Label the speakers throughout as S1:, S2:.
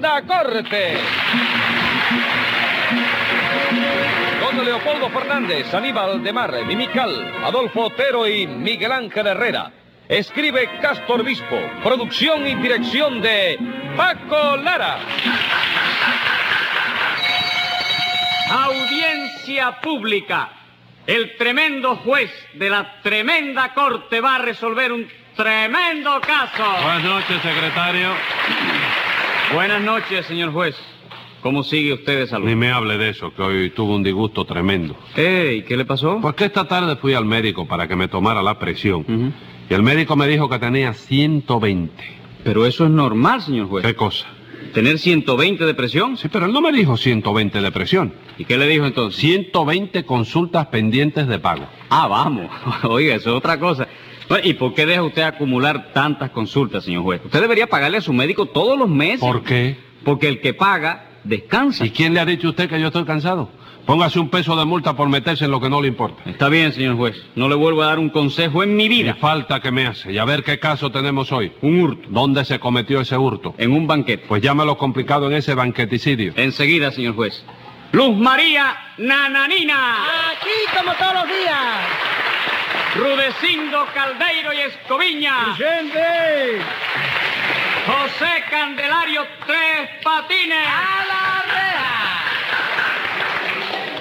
S1: la corte. Don Leopoldo Fernández, Aníbal de Mar, Mimical, Adolfo Otero y Miguel Ángel Herrera. Escribe Castor Bispo, producción y dirección de Paco Lara.
S2: Audiencia pública. El tremendo juez de la tremenda corte va a resolver un tremendo caso.
S3: Buenas noches, secretario.
S2: Buenas noches, señor juez. ¿Cómo sigue usted de salud?
S3: Ni me hable de eso, que hoy tuve un disgusto tremendo.
S2: Ey, ¿qué le pasó?
S3: Pues que esta tarde fui al médico para que me tomara la presión. Y el médico me dijo que tenía 120.
S2: Pero eso es normal, señor juez.
S3: ¿Qué cosa?
S2: ¿Tener 120 de presión?
S3: Sí, pero él no me dijo 120 de presión.
S2: ¿Y qué le dijo entonces?
S3: 120 consultas pendientes de pago.
S2: Ah, vamos. Oiga, eso es otra cosa. Bueno, ¿Y por qué deja usted acumular tantas consultas, señor juez? Usted debería pagarle a su médico todos los meses.
S3: ¿Por qué?
S2: Porque el que paga, descansa.
S3: ¿Y quién le ha dicho a usted que yo estoy cansado? Póngase un peso de multa por meterse en lo que no le importa.
S2: Está bien, señor juez. No le vuelvo a dar un consejo en mi
S3: Ni
S2: vida.
S3: falta que me hace. Y a ver qué caso tenemos hoy.
S2: Un hurto.
S3: ¿Dónde se cometió ese hurto?
S2: En un banquete.
S3: Pues llámalo complicado en ese banqueticidio.
S2: Enseguida, señor juez. Luz María Nananina.
S4: Aquí como todos los días.
S2: Rudecindo Caldeiro y Escoviña.
S4: ¡Gente!
S2: José Candelario Tres Patines.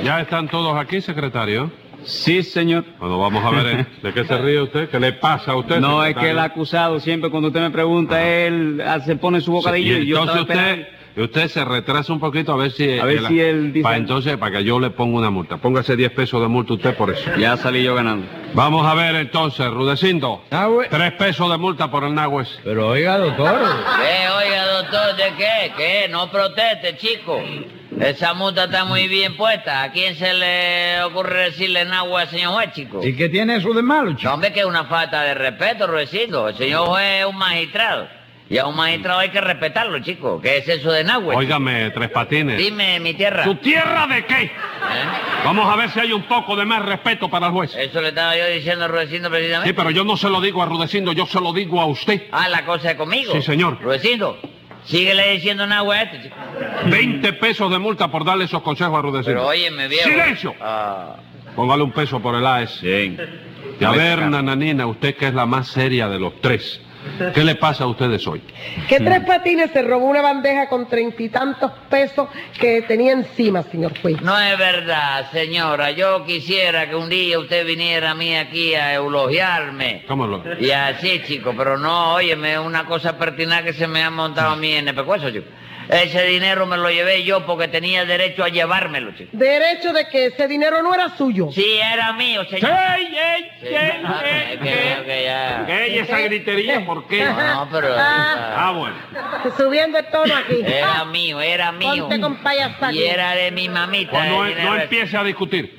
S3: ¿Ya están todos aquí, secretario?
S2: Sí, señor.
S3: Bueno, vamos a ver. ¿eh? ¿De qué se ríe usted? ¿Qué le pasa a usted?
S2: No, es
S3: secretario?
S2: que el acusado siempre cuando usted me pregunta, él ah, se pone su
S3: Sí,
S2: bocadillo y,
S3: y
S2: yo
S3: entonces
S2: estaba
S3: usted,
S2: esperando.
S3: usted se retrasa un poquito a ver si...
S2: A ver si él dice-
S3: Para entonces, para que yo le ponga una multa. Póngase 10 pesos de multa usted por eso.
S2: Ya salí yo ganando.
S3: Vamos a ver entonces, Rudecindo.
S2: Ah,
S4: Nahue.
S2: pues.
S3: Tres pesos de multa por el Nahues.
S4: Ah, Pero oiga, doctor.
S5: ¿Qué? Oiga, doctor, ¿de qué? ¿Qué? No proteste, chico. Esa multa está muy bien puesta. ¿A quién se le ocurre decirle en agua al señor juez, chico?
S4: ¿Y qué tiene eso de malo,
S5: No,
S4: chico?
S5: hombre, que es una falta de respeto, Ruecindo. El señor juez es un magistrado. Y a un magistrado hay que respetarlo, chico. ¿Qué es eso de
S2: Pues.
S5: Nahua?
S3: Óigame, Tres Patines.
S5: Dime, mi tierra.
S3: ¿Tu tierra de qué?
S5: ¿Eh?
S3: Vamos a ver si hay un poco de más respeto para el
S2: Eh,
S3: juez.
S5: Eso le estaba yo diciendo a Ruecindo precisamente.
S3: Sí, pero yo no se lo digo a Rudecindo, yo se lo digo a usted.
S5: Ah, la cosa es conmigo.
S3: Sí, señor.
S5: Ruecindo, síguele diciendo en agua a este, chico.
S3: 20 pesos de multa por darle esos consejos a Rudecindo.
S5: Pero óyeme, viejo.
S3: ¡Silencio!
S5: Ah.
S3: Póngale un peso por el AES.
S2: Bien.
S3: Y a ver, Nananina, usted que es la más seria de los tres. ¿Qué le pasa a ustedes hoy?
S6: Que Tres Patines se robó una bandeja con treinta y tantos pesos que tenía encima, señor juez.
S5: No es verdad, señora. Yo quisiera que un día usted viniera a mí aquí a eulogiarme.
S3: ¿Cómo lo...?
S5: Y así, chico, pero no, óyeme, es una cosa pertinaz que se me ha montado a mí en el pecueso, chico. Ese dinero me lo llevé yo porque tenía derecho a llevármelo, chico.
S6: Derecho de que ese dinero no era suyo.
S5: Sí, era mío, señor. Sí, no, es que- es que ya-
S3: ¿Qué esa gritería? ¿Por qué?
S5: No, pero...
S6: Ah.
S3: Ah, bueno.
S6: Subiendo el tono aquí.
S5: Era mío, era Eh, mío.
S6: Ponte con payasada.
S5: Y era de mi mamita.
S3: Pues no,
S5: el
S3: no
S5: dinero ese.
S3: empiece a discutir.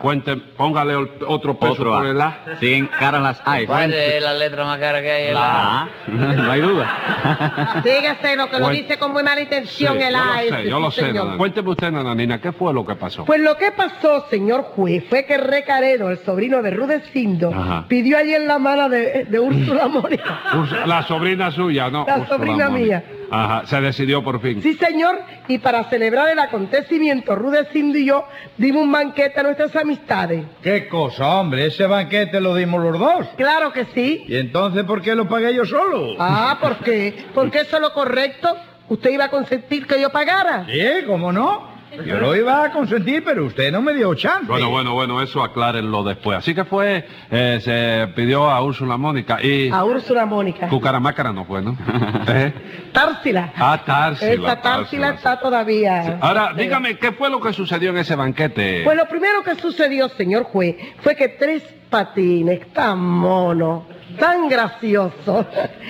S3: Cuente, póngale ol- otro peso
S2: Otro
S3: por el
S2: Pues, A.
S3: A.
S2: Siguen caras las A.
S5: ¿Cuál es la letra más cara que hay? El
S2: La A. No hay duda.
S6: Dígase lo que lo
S3: Bueno.
S6: dice con muy mala
S3: Sí,
S6: intención
S3: yo
S6: el
S3: lo
S6: AES.
S3: sé, yo lo
S6: sí,
S3: sé.
S6: señor.
S3: Nananina. Cuénteme usted, Nananina, ¿qué fue lo que pasó?
S6: Pues lo que pasó, señor juez, fue que Recaredo, el sobrino de Rudecindo,
S3: Ajá.
S6: pidió ayer la mano de, de Úrsula Mónica.
S3: Us- La sobrina suya, ¿no?
S6: La
S3: Úrsula
S6: sobrina
S3: Moni.
S6: mía.
S3: Ajá, se decidió por fin.
S6: Sí, señor, y para celebrar el acontecimiento, Rudecindo y yo dimos un banquete a nuestras amistades.
S4: ¿Qué cosa, hombre? Ese banquete lo dimos los dos.
S6: Claro que sí.
S4: ¿Y entonces por qué lo pagué yo solo?
S6: Ah, ¿por qué? Porque eso es lo correcto. ¿Usted iba a consentir que yo pagara?
S4: Sí, ¿cómo no? Yo lo iba a consentir, pero usted no me dio chance.
S3: Bueno, bueno, bueno, eso aclárenlo después. Así que fue, eh, se pidió a Úrsula Mónica y...
S6: A Úrsula Mónica.
S3: Cucaramácara no fue, ¿no? ¿Eh?
S6: Társila.
S3: Ah, Társila,
S6: Esta
S3: Társila,
S6: Társila está todavía.
S3: Ahora, dígame, ¿qué fue lo que sucedió en ese banquete?
S6: Pues lo primero que sucedió, señor juez, fue que tres patines tan mono, tan gracioso,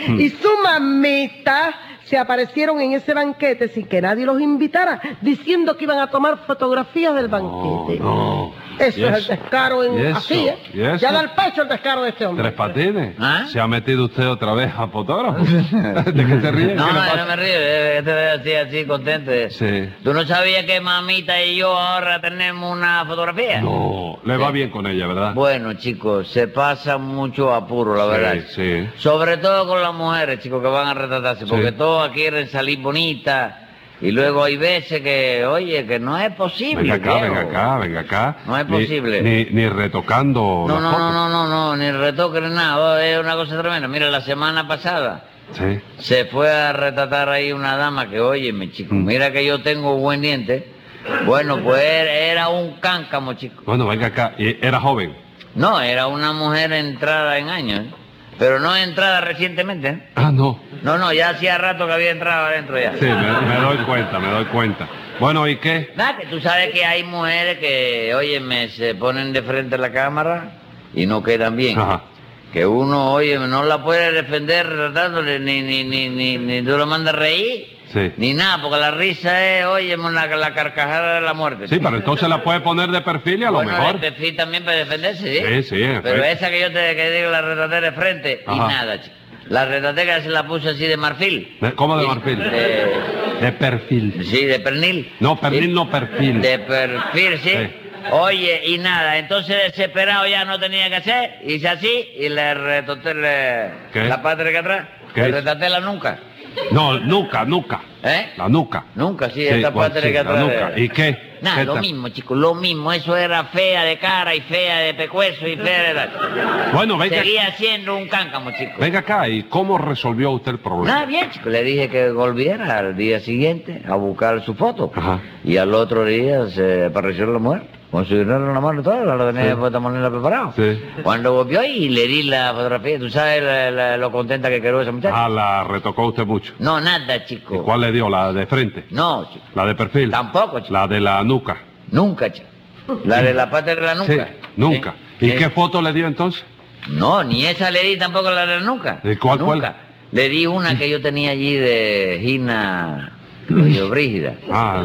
S3: Hmm.
S6: y su mamita se aparecieron en ese banquete sin que nadie los invitara, diciendo que iban a tomar fotografías del banquete.
S3: Oh, no.
S6: Eso
S3: ¿Y
S6: es el
S3: eso?
S6: descaro en
S3: ¿Y eso?
S6: así, ¿eh?
S3: ¿Y eso?
S6: Ya da el pecho el descaro de este hombre.
S3: Tres patines.
S5: ¿Ah?
S3: ¿Se ha metido usted otra vez a fotógrafo? ¿De qué se ríe?
S5: No,
S3: ¿Qué le
S5: no,
S3: pasa?
S5: no me río, eh, te veo así, así contento. eh.
S3: Sí.
S5: ¿Tú no sabías que mamita y yo ahora tenemos una fotografía?
S3: No, le va bien con ella, ¿verdad?
S5: Bueno, chicos, se pasa mucho apuro, la
S3: Sí,
S5: verdad.
S3: sí.
S5: Sobre todo con las mujeres, chicos, que van a retratarse, porque
S3: Sí.
S5: todas quieren salir bonitas, Y luego hay veces que, oye, que no es posible.
S3: Venga acá,
S5: viejo.
S3: venga acá, venga acá.
S5: No es
S3: Ni-
S5: posible.
S3: Ni, ni retocando
S5: No,
S3: las
S5: no,
S3: fotos.
S5: no, no, no, no, ni retoque ni nada. oh, Es una cosa tremenda. Mira, la semana pasada
S3: Sí.
S5: se fue a retratar ahí una dama que, oye, mi chico,
S3: Mm.
S5: mira que yo tengo buen diente. Bueno, pues era- era un cáncamo, chico.
S3: Bueno, venga acá. Eh, Era joven.
S5: No, era una mujer entrada en años, ¿eh? pero no entrada recientemente. ¿eh?
S3: Ah, no.
S5: No, no, ya hacía rato que había entrado adentro ya.
S3: Sí, me, me doy cuenta, me doy cuenta. Bueno, ¿y qué?
S5: Nada, que tú sabes que hay mujeres que, óyeme, se ponen de frente a la cámara y no quedan bien.
S3: Ajá.
S5: Que uno, oye, no la puede defender tratándole, ni, ni, ni, ni, ni tú lo mandas a reír,
S3: Sí.
S5: ni nada, porque la risa es, oye, la, la carcajada de la muerte.
S3: Sí, pero entonces la puede poner de perfil y a lo
S5: bueno,
S3: mejor.
S5: de perfil también para defenderse, ¿sí?
S3: Sí, sí, en
S5: Pero
S3: efecto.
S5: esa que yo te que digo, la retraté de frente, y
S3: Ajá.
S5: nada, chico. La retraté que se la puse así de marfil.
S3: De- ¿Cómo de
S5: Y-
S3: marfil?
S5: de-
S3: De perfil.
S5: sí, de pernil.
S3: No, pernil
S5: Sí.
S3: no perfil.
S5: De perfil, sí.
S3: Sí.
S5: Oye, y nada, entonces desesperado ya no tenía que hacer, hice así y le retoté le-
S3: ¿Qué?
S5: la parte de acá atrás.
S3: ¿Qué
S5: Le
S3: es?
S5: retoté la nuca.
S3: No, nuca, nuca.
S5: ¿Eh?
S3: La nuca.
S5: Nunca, sí,
S3: Sí,
S5: esta
S3: bueno,
S5: parte
S3: sí,
S5: de acá
S3: la
S5: atrás.
S3: nuca. ¿Y qué?
S5: Nada,
S3: ¿Qué
S5: lo
S3: tal?
S5: mismo, chicos, lo mismo. Eso era fea de cara y fea de pecueso y fea de tal.
S3: Bueno, venga,
S5: Seguía siendo un cáncamo, chico.
S3: venga acá. ¿Y cómo resolvió usted el
S5: Nada,
S3: problema?
S5: bien, chico. Le dije que volviera al día siguiente a buscar su foto.
S3: Ajá.
S5: Y al otro día se apareció la mujer. Con su dinero en la mano y todo, la tenía de esta manera preparado.
S3: Sí.
S5: Cuando volvió y le di la fotografía, tú sabes la- la- lo contenta que quedó esa muchacha.
S3: Ah, la retocó usted mucho.
S5: No, nada,
S3: ¿Y
S5: chico.
S3: cuál le dio? ¿La de frente?
S5: No, chico.
S3: ¿La de perfil?
S5: Tampoco, chico.
S3: La de la nuca.
S5: Nunca, chico. La de la parte de la nuca.
S3: Sí, nunca.
S5: Sí.
S3: ¿Y
S5: Sí.
S3: qué foto le dio entonces?
S5: No, ni esa le di tampoco la de la nuca.
S3: ¿De cuál, cuál?
S5: Nunca. Le di una que yo tenía allí de Gina Loyo Brígida.
S3: Ah,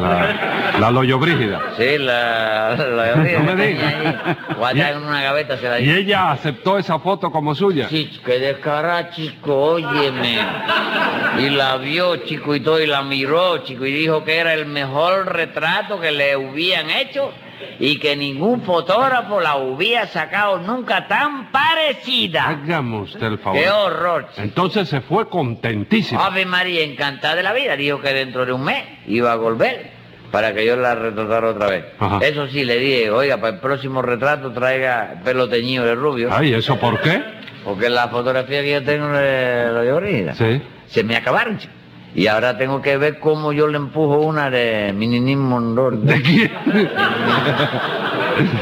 S3: la, la Loyo Brígida.
S5: Sí, la, la
S3: No me
S5: la tenía
S3: digas.
S5: ahí. Guardada en una gaveta se la
S3: ¿Y
S5: di.
S3: ella aceptó esa foto como suya?
S5: Sí, que descarada, chico, óyeme. Y la vio, chico, y todo, y la miró, chico, y dijo que era el mejor retrato que le hubieran hecho y que ningún fotógrafo la hubiera sacado nunca tan parecida.
S3: Hágame usted el favor.
S5: ¡Qué Ah, horror, chico!
S3: Entonces se fue contentísima.
S5: Ave María, encantada de la vida, dijo que dentro de un mes iba a volver para que yo la retratara otra vez.
S3: Ajá.
S5: Eso sí, le dije, oiga, para el próximo retrato traiga pelo teñido de rubio,
S3: Ay, ¿eso por qué?
S5: porque la fotografía que yo tengo de la de ahorita
S3: Sí.
S5: se me acabaron. chico. Y ahora tengo que ver cómo yo le empujo una de Mininín Monroe.
S3: ¿De quién?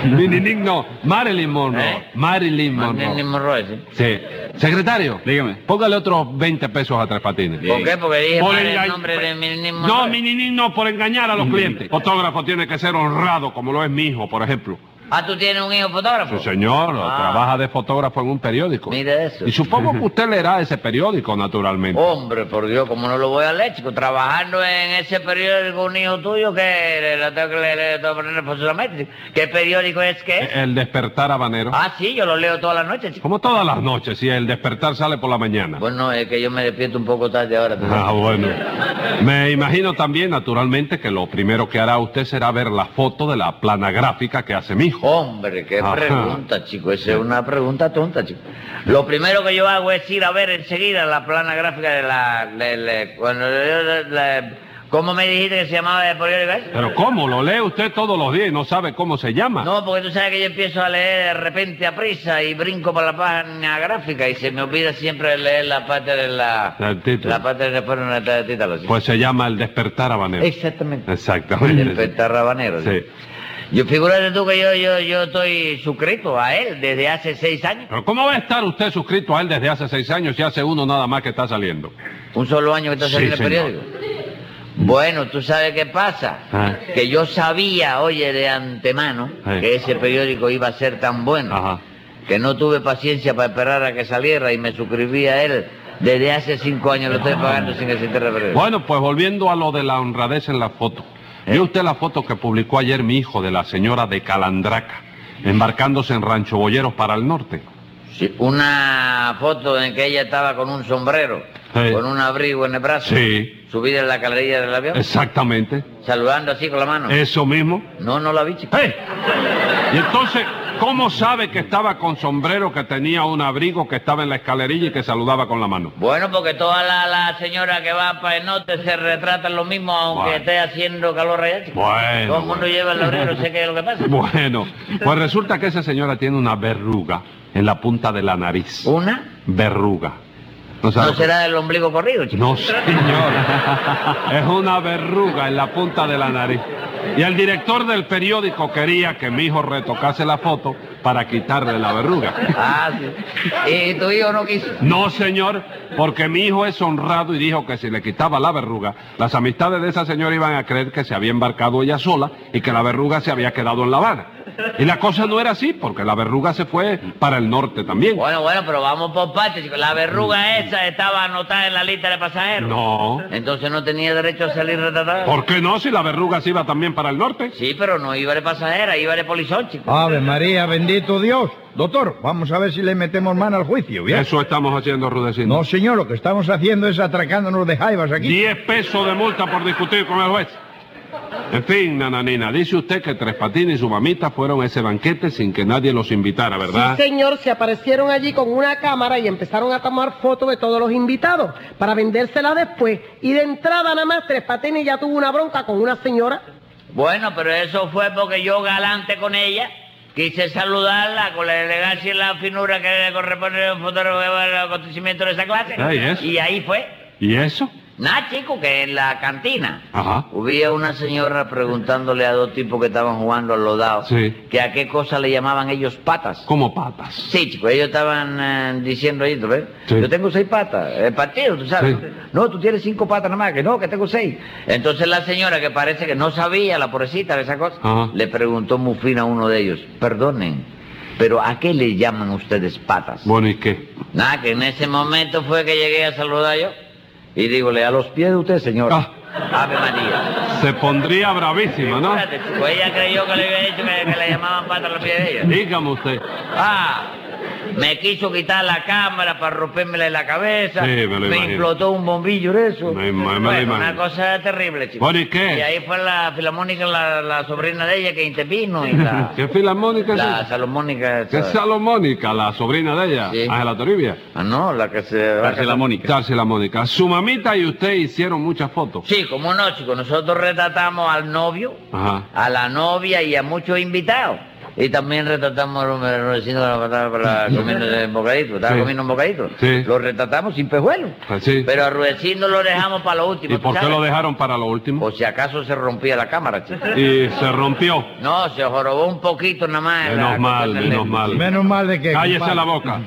S3: Ni, ni, ni, no. Marilyn Monroe.
S5: ¿Eh?
S3: Marilyn
S5: Mininín
S3: Monroe.
S5: Monroe, sí.
S3: Sí. Secretario,
S2: Dígame.
S3: Póngale otros 20 pesos a Tres Patines.
S5: ¿Por qué? Porque dije
S3: Por
S5: mal el
S3: engañ-
S5: nombre de Mininín Monroe. Mm.
S3: No, Mininín no, por engañar a los clientes. Fotógrafo tiene que ser honrado, como lo es mi hijo, por ejemplo.
S5: Ah, ¿tú tienes un hijo fotógrafo?
S3: Su señor
S5: Ah.
S3: trabaja de fotógrafo en un periódico.
S5: Mira eso. Oh,
S3: Y supongo que usted leerá ese periódico, naturalmente.
S5: Hombre, por Dios, como no lo voy a leer, chico? Trabajando en ese periódico, un hijo tuyo que le, le tengo que leer, le tengo que poner por su mente. ¿Qué periódico es que es?
S3: El despertar habanero.
S5: ¿eh? Ah, sí, yo lo leo toda la noche, chico.
S3: Como todas las noches, y el despertar sale por la mañana.
S5: Bueno, es que yo me despierto un poco tarde ahora. tú
S3: Ah,
S5: sabes.
S3: bueno. Me imagino también, naturalmente, que lo primero que hará usted será ver la foto de la plana gráfica que hace mi hijo.
S5: Hombre, qué
S3: Ajá.
S5: pregunta, chico. Esa es una pregunta tonta, chico. Lo primero que yo hago es ir a ver enseguida la plana gráfica de la... de- de- cuando yo- la- la- ¿Cómo me dijiste que se llamaba el periódico ese?
S3: Pero ¿cómo? Lo lee usted todos los días y no sabe cómo se llama.
S5: No, porque tú sabes que yo empiezo a leer de repente a prisa y brinco para la página gráfica y se me olvida siempre leer la parte de la...
S3: Del título.
S5: La parte de después de la título. sí.
S3: Pues se llama el despertar habanero.
S5: Exactamente.
S3: Exactamente.
S5: El Petabanero, sí.
S3: Sí.
S5: Yo figúrate tú que yo, yo, yo estoy suscrito a él desde hace seis años.
S3: Pero ¿cómo va a estar usted suscrito a él desde hace seis años y hace uno nada más que está saliendo?
S5: Un solo año que está
S3: Sí,
S5: saliendo el
S3: señor.
S5: periódico. Bueno, tú sabes qué pasa.
S3: Ah.
S5: Que yo sabía, oye, de antemano,
S3: Sí.
S5: que ese periódico iba a ser tan bueno.
S3: Ajá.
S5: Que no tuve paciencia para esperar a que saliera y me suscribí a él. Desde hace cinco años lo
S3: Ah.
S5: estoy pagando sin que se entere el periódico.
S3: Bueno, pues volviendo a lo de la honradez en la foto. ¿Vio usted la foto que publicó ayer mi hijo de la señora de Calandraca, embarcándose en Rancho Boyeros para el norte?
S5: Sí, una foto en que ella estaba con un sombrero,
S3: Sí.
S5: con un abrigo en el brazo,
S3: Sí.
S5: subida en la galería del avión,
S3: Exactamente.
S5: saludando así con la mano.
S3: Eso mismo.
S5: No, no la vi, chico.
S3: ¡Eh! Y entonces, ¿Cómo sabe que estaba con sombrero, que tenía un abrigo, que estaba en la escalerilla y que saludaba con la mano?
S5: Bueno, porque todas las la señoras que van para el norte se retratan lo mismo, aunque
S3: Bueno.
S5: esté haciendo calor real. chico.
S3: Bueno,
S5: Todo el mundo
S3: bueno.
S5: lleva el laurero, sé qué es lo que pasa.
S3: Bueno, pues resulta que esa señora tiene una verruga en la punta de la nariz.
S5: ¿Una?
S3: Verruga. ¿No sabe?
S5: ¿No será del ombligo corrido, chico?
S3: No, señor. Es una verruga en la punta de la nariz. Y el director del periódico quería que mi hijo retocase la foto para quitarle la verruga.
S5: Ah, sí. ¿Y tu hijo no quiso?
S3: No, señor, porque mi hijo es honrado y dijo que si le quitaba la verruga, las amistades de esa señora iban a creer que se había embarcado ella sola y que la verruga se había quedado en La Habana. Y la cosa no era así, porque la verruga se fue para el norte también.
S5: Bueno, bueno, pero vamos por partes, chico. La verruga esa estaba anotada en la lista de pasajeros.
S3: Mm, No.
S5: Entonces no tenía derecho a salir retratada.
S3: ¿Por qué no si la verruga se iba también para el norte?
S5: Sí, pero no iba de pasajera, iba de polizón, chico.
S3: Ah.
S4: Ave María, bendito Dios. Doctor, vamos a ver si le metemos mano al juicio, ¿bien?
S3: Eso estamos haciendo, Rudecindo.
S4: No, señor, lo que estamos haciendo es atracándonos de jaivas aquí.
S3: 10 pesos de multa por discutir con el juez. En fin, nananina, dice usted que Tres Patines y su mamita fueron a ese banquete sin que nadie los invitara, ¿verdad?
S6: Sí, señor, se aparecieron allí con una cámara y empezaron a tomar fotos de todos los invitados para vendérselas después. Y de entrada nada más Tres Patines ya tuvo una bronca con una señora.
S5: Bueno, pero eso fue porque yo galante con ella. Quise saludarla con la elegancia y la finura que le corresponde a un fotógrafo de acontecimiento de esa clase.
S3: Ah, ¿y eso?
S5: Y ahí fue.
S3: ¿Y eso?
S5: Nada, chico, que en la cantina
S3: Ajá.
S5: hubiera una señora preguntándole a dos tipos que estaban jugando al lodado
S3: Sí.
S5: que a qué cosa le llamaban ellos patas.
S3: Como patas.
S5: Sí, chico, ellos estaban eh, diciendo ahí, ¿tú ves?
S3: Sí.
S5: Yo tengo seis patas, el partido, tú sabes.
S3: Sí.
S5: No, tú tienes cinco patas nada más, que no, que tengo seis. Entonces la señora, que parece que no sabía, la pobrecita de esa cosa,
S3: Ajá.
S5: le preguntó muy fina a uno de ellos, perdonen, pero ¿a qué le llaman ustedes patas?
S3: Bueno, ¿y qué?
S5: Nada, que en ese momento fue que llegué a saludar yo y dígole, a los pies de usted, señora. Ave María.
S3: Se pondría bravísima, Ah. ¿no?
S5: Fíjate, chico, ella creyó que le había dicho que, que le llamaban patas a los pies de ella.
S3: Dígame usted.
S5: Ah, me quiso quitar la cámara para rompérmela en la cabeza.
S3: Sí, me lo imagino.
S5: explotó un bombillo de eso.
S3: Me ima- me lo
S5: Bueno, una
S3: imagino.
S5: cosa terrible, chico.
S3: Bueno, ¿y qué?
S5: Y ahí fue la filarmónica, la, la sobrina de ella que intervino y la,
S3: ¿Qué filarmónica es
S5: la
S3: esa?
S5: salomónica. esa.
S3: ¿Qué es Salomónica, la sobrina de ella?
S5: Sí.
S3: Ángela Toribia.
S5: Ah, no, la que se... la que-
S2: Mónica.
S3: Darse la Mónica. Su mamita y usted hicieron muchas fotos.
S5: Sí, como no, chico. Nosotros retratamos al novio,
S3: Ajá.
S5: a la novia y a muchos invitados. Y también retratamos a los a los vecinos de la patada para comiendo el bocadito. Estaba
S3: Sí.
S5: comiendo un bocadito.
S3: Sí.
S5: Lo retratamos sin pejuelo.
S3: Así.
S5: Pero a Rudecindo lo dejamos para lo último.
S3: Pues ¿Y
S5: ¿tú
S3: por qué
S5: sabes?
S3: lo dejaron para lo último?
S5: Por si acaso se rompía la cámara, chico.
S3: Y se rompió.
S5: No, se jorobó un poquito nada más. en la-
S3: Menos mal,
S5: en el-
S3: menos mal.
S4: Menos mal de que...
S3: Cállese
S4: compadre.
S3: la boca.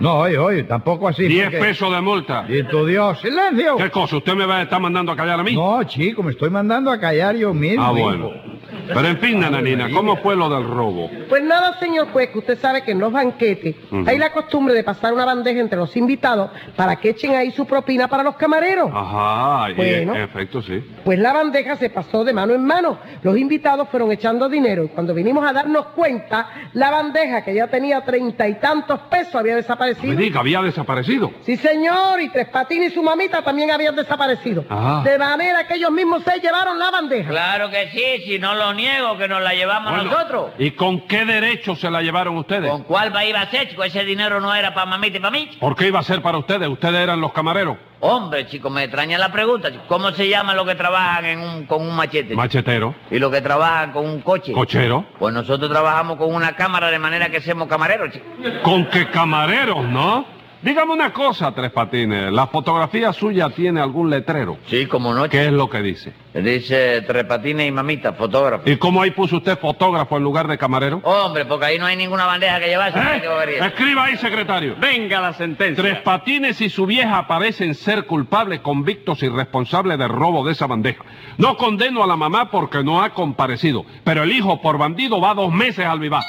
S4: No, oye, oye, tampoco así.
S3: 10
S4: porque-
S3: pesos de multa.
S4: Bendito Dios, silencio.
S3: ¿Qué cosa? ¿Usted me va a estar mandando a callar a mí?
S4: No, chico, me estoy mandando a callar yo mismo.
S3: ah,
S4: hijo.
S3: bueno. Pero en fin, nananina, ¿cómo fue lo del robo?
S6: Pues nada, señor juez, que usted sabe que en los banquetes
S3: Ujú.
S6: hay la costumbre de pasar una bandeja entre los invitados para que echen ahí su propina para los camareros.
S3: Ah. Ajá, y
S6: Bueno.
S3: en efecto, sí.
S6: Pues la bandeja se pasó de mano en mano. Los invitados fueron echando dinero y cuando vinimos a darnos cuenta, la bandeja que ya tenía treinta y tantos pesos había
S3: Me
S6: desaparecido.
S3: diga, había desaparecido.
S6: Sí, señor, y Tres Patines y su mamita también habían desaparecido.
S3: Ah.
S6: De manera que ellos mismos se llevaron la bandeja.
S5: Claro que sí, si no lo niego, que nos la llevamos
S3: Bueno,
S5: nosotros.
S3: ¿Y con qué derecho se la llevaron ustedes?
S5: ¿Con cuál va iba a ser, chico? Ese dinero no era para mamita y para mí.
S3: ¿Por qué iba a ser para ustedes? Ustedes eran los camareros.
S5: Hombre, chico, me extraña la pregunta. chico. ¿Cómo se llaman los que trabajan en un- con un machete? chico?
S3: Machetero,
S5: ¿Y los que trabajan con un coche?
S3: cochero.
S5: Pues nosotros trabajamos con una cámara de manera que somos camareros, chico.
S3: ¿Con qué camareros, no? Dígame una cosa, Tres Patines. ¿La fotografía suya tiene algún letrero?
S5: Sí, como no, chico.
S3: ¿Qué es lo que dice?
S5: Dice Tres Patines y mamita, fotógrafo.
S3: ¿Y cómo ahí puso usted fotógrafo en lugar de camarero?
S5: Hombre, porque ahí no hay ninguna bandeja que llevarse.
S3: ¿Eh?
S5: ¿qué bobería?
S3: Escriba ahí, secretario.
S2: Venga la sentencia.
S3: Tres Patines y su vieja parecen ser culpables, convictos y responsables del robo de esa bandeja. No condeno a la mamá porque no ha comparecido, pero el hijo por bandido va dos meses al vivazo.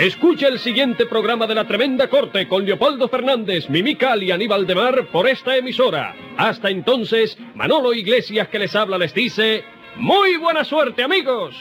S1: Escucha el siguiente programa de La Tremenda Corte con Leopoldo Fernández, Mimical y Aníbal de Mar por esta emisora. Hasta entonces, Manolo Iglesias que les habla les dice, ¡Muy buena suerte amigos!